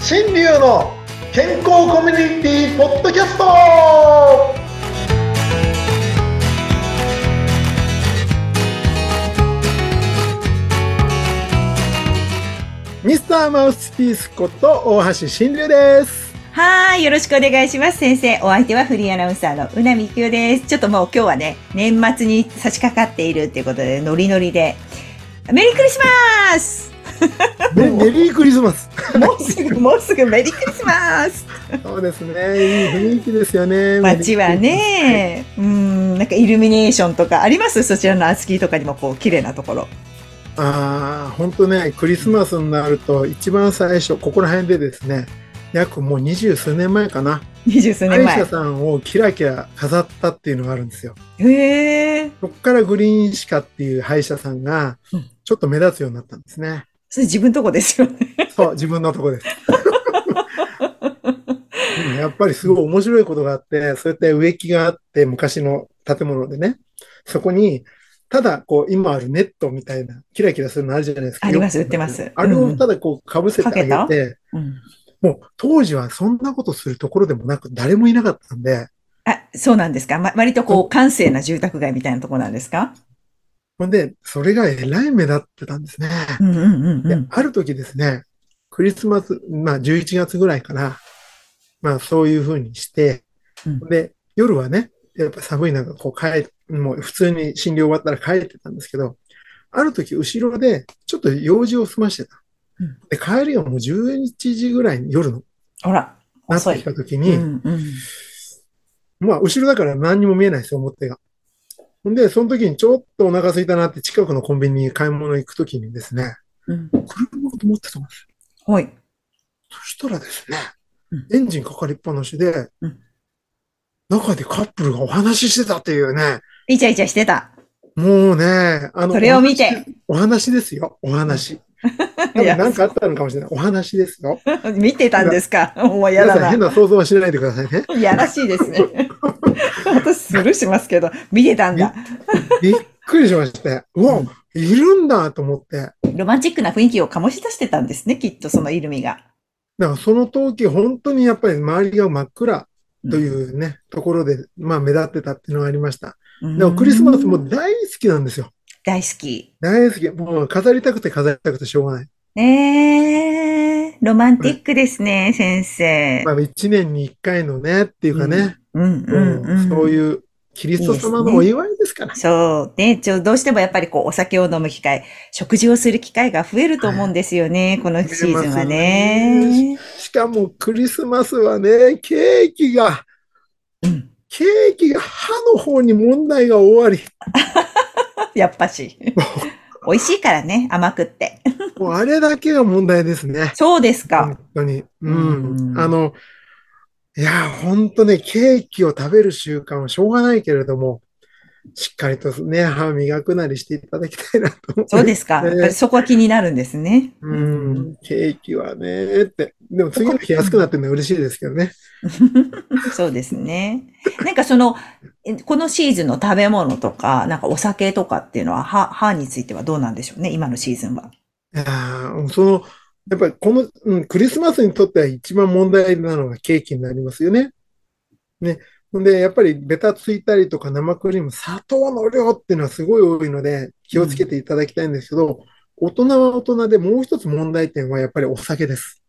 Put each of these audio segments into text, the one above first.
新流の健康コミュニティポッドキャストはミスターマウスピースこと大橋新流です。はーい、よろしくお願いします。先生、お相手はフリーアナウンサーのうなみきよです。ちょっともう今日はね、年末に差し掛かっているっていうことで、ノリノリで、メリークリスマス メメリークリスマス。もうすぐ、もうすぐメリークリスマスそうですね。いい雰囲気ですよね。街はね、うん、なんかイルミネーションとかありますそちらのアスキーとかにもこう、綺麗なとこメリーろ。クリスマス。ああ、本当ね、クリスマスになると一番最初、ここら辺でですね、約もう二十数年前かな。二十数歯年医前者。さんをキラキラ飾ったっていうのがあるんですよ。へえ。そこからグリーン歯科っていう歯医者さんがうん、ちょっと目立つようになったんですね。それ自分とこですよね。そう、自分のとこ です。でもやっぱりすごい面白いことがあって、そうやって植木があって、昔の建物でね、そこに、ただこう今あるネットみたいな、キラキラするのあるじゃないですか。ありますよく売ってますあれをただこう被せてあかけげて、うん、もう当時はそんなことするところでもなく、誰もいなかったんで、あ、そうなんですか、ま、割とこう、閑静な住宅街みたいなとこなんですかほんで、それがえらい目立ってたんですね。うんうんうんうでん。ある時ですね、クリスマス、まあ11月ぐらいから、まあそういう風にして、うんで、夜はね、やっぱ寒い中、こう帰、もう普通に診療終わったら帰ってたんですけど、ある時後ろでちょっと用事を済ましてたうん。で、帰りがもう11時ぐらいに夜のほら、なっ遅てきい。た時うに、んうんまあ後ろだから何にも見えないですよ、表が。ほんで、その時にちょっとお腹空いたなって近くのコンビニに買い物行く時にですね、うん。車を持ってたんですよはい。そしたらですねうん、エンジンかかりっぱなしでうん、中でカップルがお話ししてたっていうね、イチャイチャしてた。もうね、あの、それを見て。お話ですよ、お話。多 分いや、なんかあったのかもしれない。お話ですよ。見てたんですか。もうや皆さんだ変な。な想像はしないでください ね。いやらしいですね。私、スルーしますけど、見てたんだ。びっくりしまして、うわ、いるんだと思って。ロマンチックな雰囲気を醸し出してたんですね、きっと、そのイルミが。だからその時、本当にやっぱり周りが真っ暗というね、ところで、まあ目立ってたっていうのがありました。うんでもクリスマスも大好きなんですよ。大好き。大好き。もう飾りたくて飾りたくてしょうがない。ねえ、ロマンティックですね、先生ま。あ、1年に1回のねっていうかね、うんうんうん。もうそうう。いうキリスト様のお祝いですから。そう。ね、ちょ、どうしてもやっぱりこう、お酒を飲む機会、食事をする機会が増えると思うんですよね、このシーズンは増えますね。しかもクリスマスはね、ケーキが、うん。ケーキが歯の方に問題が終わり、 やっぱ し。美味しいからね、甘くって。もうあれだけが問題ですね。そうですか本。当に。うん。うんあの、いや、本当ね、ケーキを食べる習慣はしょうがないけれども、しっかりとね、歯磨くなりしていただきたいなと思そうですか。ねやっぱりそこは気になるんですね。うん、ケーキはねーって。でも次の日安くなってるのは嬉しいですけどね。そうですね。なんかその、えこのシーズンの食べ物とか、なんかお酒とかっていうのは、歯、歯についてはどうなんでしょうね、今のシーズンは。いやーその、やっぱりこの、うん、クリスマスにとっては一番問題なのがケーキになりますよね。ね。ほんで、やっぱりベタついたりとか生クリーム、砂糖の量っていうのはすごい多いので気をつけていただきたいんですけど、大人は大人でもう一つ問題点はやっぱりお酒です。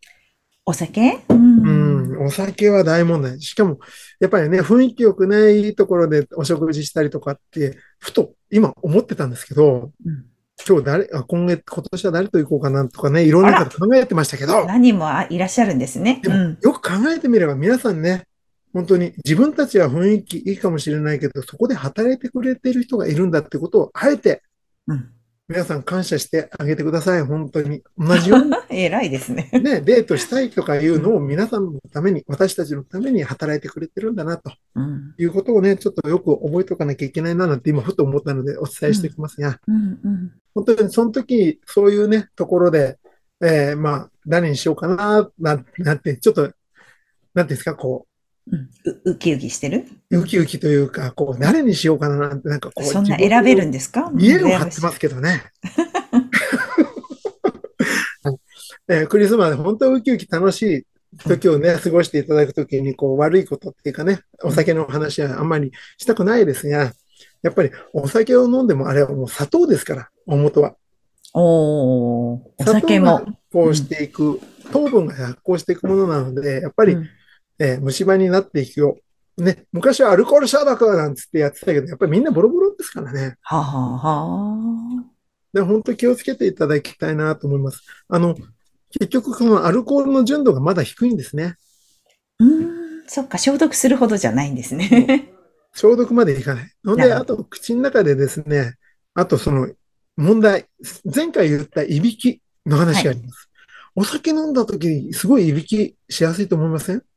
お酒う。うんん、お酒は大問題。しかも、やっぱりね、雰囲気良くないところでお食事したりとかって、ふと今思ってたんですけど、うん今日誰、あ今月、今年は誰と行こうかなとかね、いろんなこと考えてましたけど、何人もあいらっしゃるんですね。でうもん。よく考えてみれば皆さんね、本当に自分たちは雰囲気いいかもしれないけど、そこで働いてくれてる人がいるんだってことを、あえてうん。 皆さん感謝してあげてください、本当に。同じよう偉いですね。 にね、デートしたいとかいうのを皆さんのために、私たちのために働いてくれてるんだなと。うん。いうことをね、ちょっとよく覚えておかなきゃいけないななんて今ふと思ったのでお伝えしておきますが、うんうん。本当にその時、そういうね、ところで、えーまあ、誰にしようかな、なんなんて、ちょっと、なんていうんですか、こうんう、ウキウキしてるう、ウキウキというか、こう、誰にしようかななんて、なんかこう、そんな選べるんんですか家を張ってますけど ね。えークリスマス、本当ウキウキ楽しい時をね、過ごしていただくときに、こう、悪いことっていうかね、お酒の話はあんまりしたくないですが、やっぱりお酒を飲んでもあれはもう砂糖ですから、大元は。おー、お酒砂も糖。が発酵していく、糖分が発酵していくものなので、やっぱり、うんえー虫歯になっていくよ。ね、昔はアルコール消毒なんつってやってたけど、やっぱりみんなボロボロですからね。はあはあはで、本当気をつけていただきたいなと思います。あの、結局そのアルコールの純度がまだ低いんですね。あ。うーん、そっか、消毒するほどじゃないんですね。消毒までいかない。のなるで、ほあと口の中でですね、あとその問題、前回言ったいびきの話があります。お酒飲んだ時、すごいいびきしやすいと思いません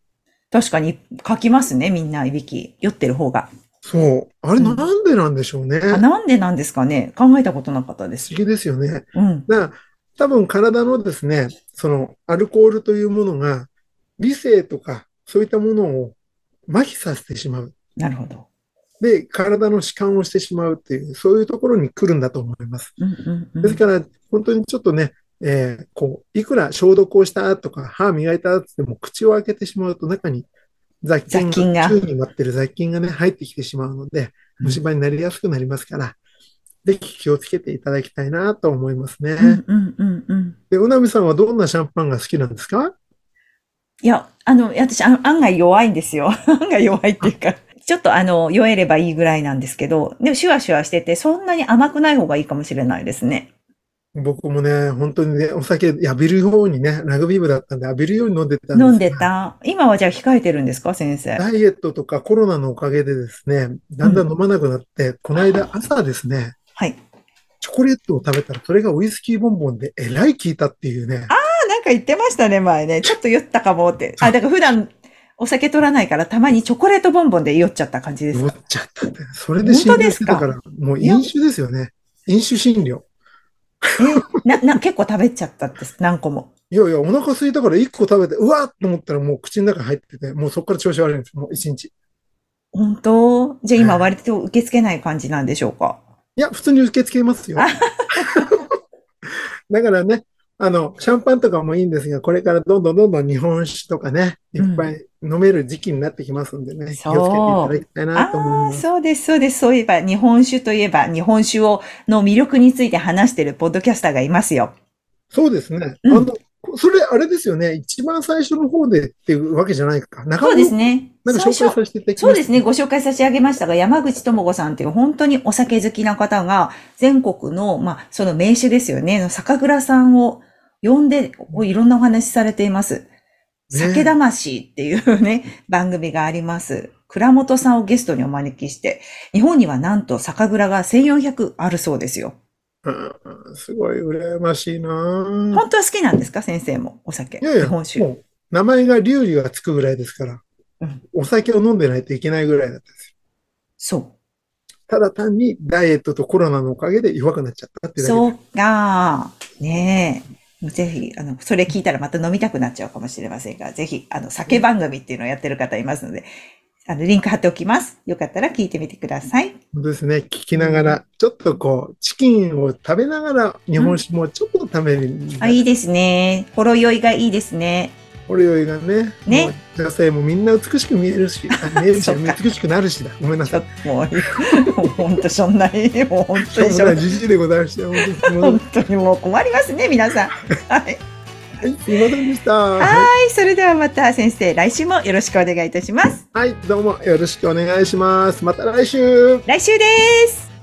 確かに書きますね、みんな、いびき。酔ってる方が。そう。あれうんなんでなんでしょうね。不あ思なんでなんですかね考えたことなかったです。議ですよね。うん。だから多分体のですね、そのアルコールというものが理性とかそういったものを麻痺させてしまう。なるほど。で、体の弛緩をしてしまうっていう、そういうところに来るんだと思います。うんうんうですん。から、本当にちょっとね、えーこう、いくら消毒をしたとか、歯磨いたっても、口を開けてしまうと中に雑菌雑菌がが、宙に舞ってる雑菌がね、入ってきてしまうので、うん虫歯になりやすくなりますから、ぜひ気をつけていただきたいなと思いますね。うんうんうんうん。で、うなみさんはどんなシャンパンが好きなんですかいや、あの、私、あ案外弱いんですよ。 案外弱いっていうか。ちょっとあの、酔えればいいぐらいなんですけど、でもシュワシュワしてて、そんなに甘くない方がいいかもしれないですね。僕もね、本当にね、お酒浴びるようにね、ラグビー部だったんで浴びるように飲んでたんですが飲んでた。今はじゃあ控えてるんですか、先生。ダイエットとかコロナのおかげでですね、だんだん飲まなくなって、この間朝ですね、はい。チョコレートを食べたら、それがウイスキーボンボンでえらい効いたっていうね。あ、なんか言ってましたね、前ね。ちょっと酔ったかもって。あ、だから普段、お酒取らないから、たまにチョコレートボンボンで酔っちゃった感じです酔かっ。ちゃったって。それで診療してたから、もう飲酒ですよね。飲酒診療。な、な、結構食べちゃったんです、何個も。いやいや、お腹空いたから1個食べて、うわーっと思ったらもう口の中入ってて、もうそこから調子悪いんです。もう1日。本当じゃあ今はい割と受け付けない感じなんでしょうか。いや、普通に受け付けます よ。だからね、あの、シャンパンとかもいいんですが、これからどんどんどんどん日本酒とかね、いっぱい飲める時期になってきますんでね、気そうをつけていただきたいなと思いああ、ます。そうです、そうです。そういえば、日本酒といえば、日本酒を、の魅力について話してるポッドキャスターがいますよ。そうですね。うあんの、それ、あれですよね、一番最初の方でっていうわけじゃないか。中そ尾うですね。なんか紹介最初させていただきそうましたですね。ご紹介差し上げましたが、山口智子さんという本当にお酒好きな方が、全国の、まあ、その名酒ですよね、の酒蔵さんを呼んで、こういろんなお話しされています。酒魂っていうね、番組があります。倉本さんをゲストにお招きして、日本にはなんと酒蔵が1400あるそうですよ。うんすごい羨ましいな本当は好きなんですか先生も、お酒。いやいや、も日本酒。う、名前が龍ュがつくぐらいですからうん、お酒を飲んでないといけないぐらいだったんですよそう。ただ単にダイエットとコロナのおかげで弱くなっちゃったってだけそでうか。ねえ。ぜひ、あの、それ聞いたらまた飲みたくなっちゃうかもしれませんが、ぜひ、あの、酒番組っていうのをやってる方いますので、あの、リンク貼っておきます。よかったら聞いてみてください。本当ですね。聞きながら、ちょっとこう、チキンを食べながら、日本酒もちょっと食べる。あ、いいですね。ほろ酔いがいいですね。ほろ酔いがね、ねもう女性もみんな美しく見える し、あ見えるし、そっか美しくなるしだ。ごめんなちさょいっ。ともう、もう本当そん なに、もう本し当ょうにもしなょうがいじじいでございました。本当に本当にもう困りますね、皆さん。はい。はい、すいませんでした。はい、それではまた先生、来週もよろしくお願いいたします。はい、どうもよろしくお願いします。また来週。来週です。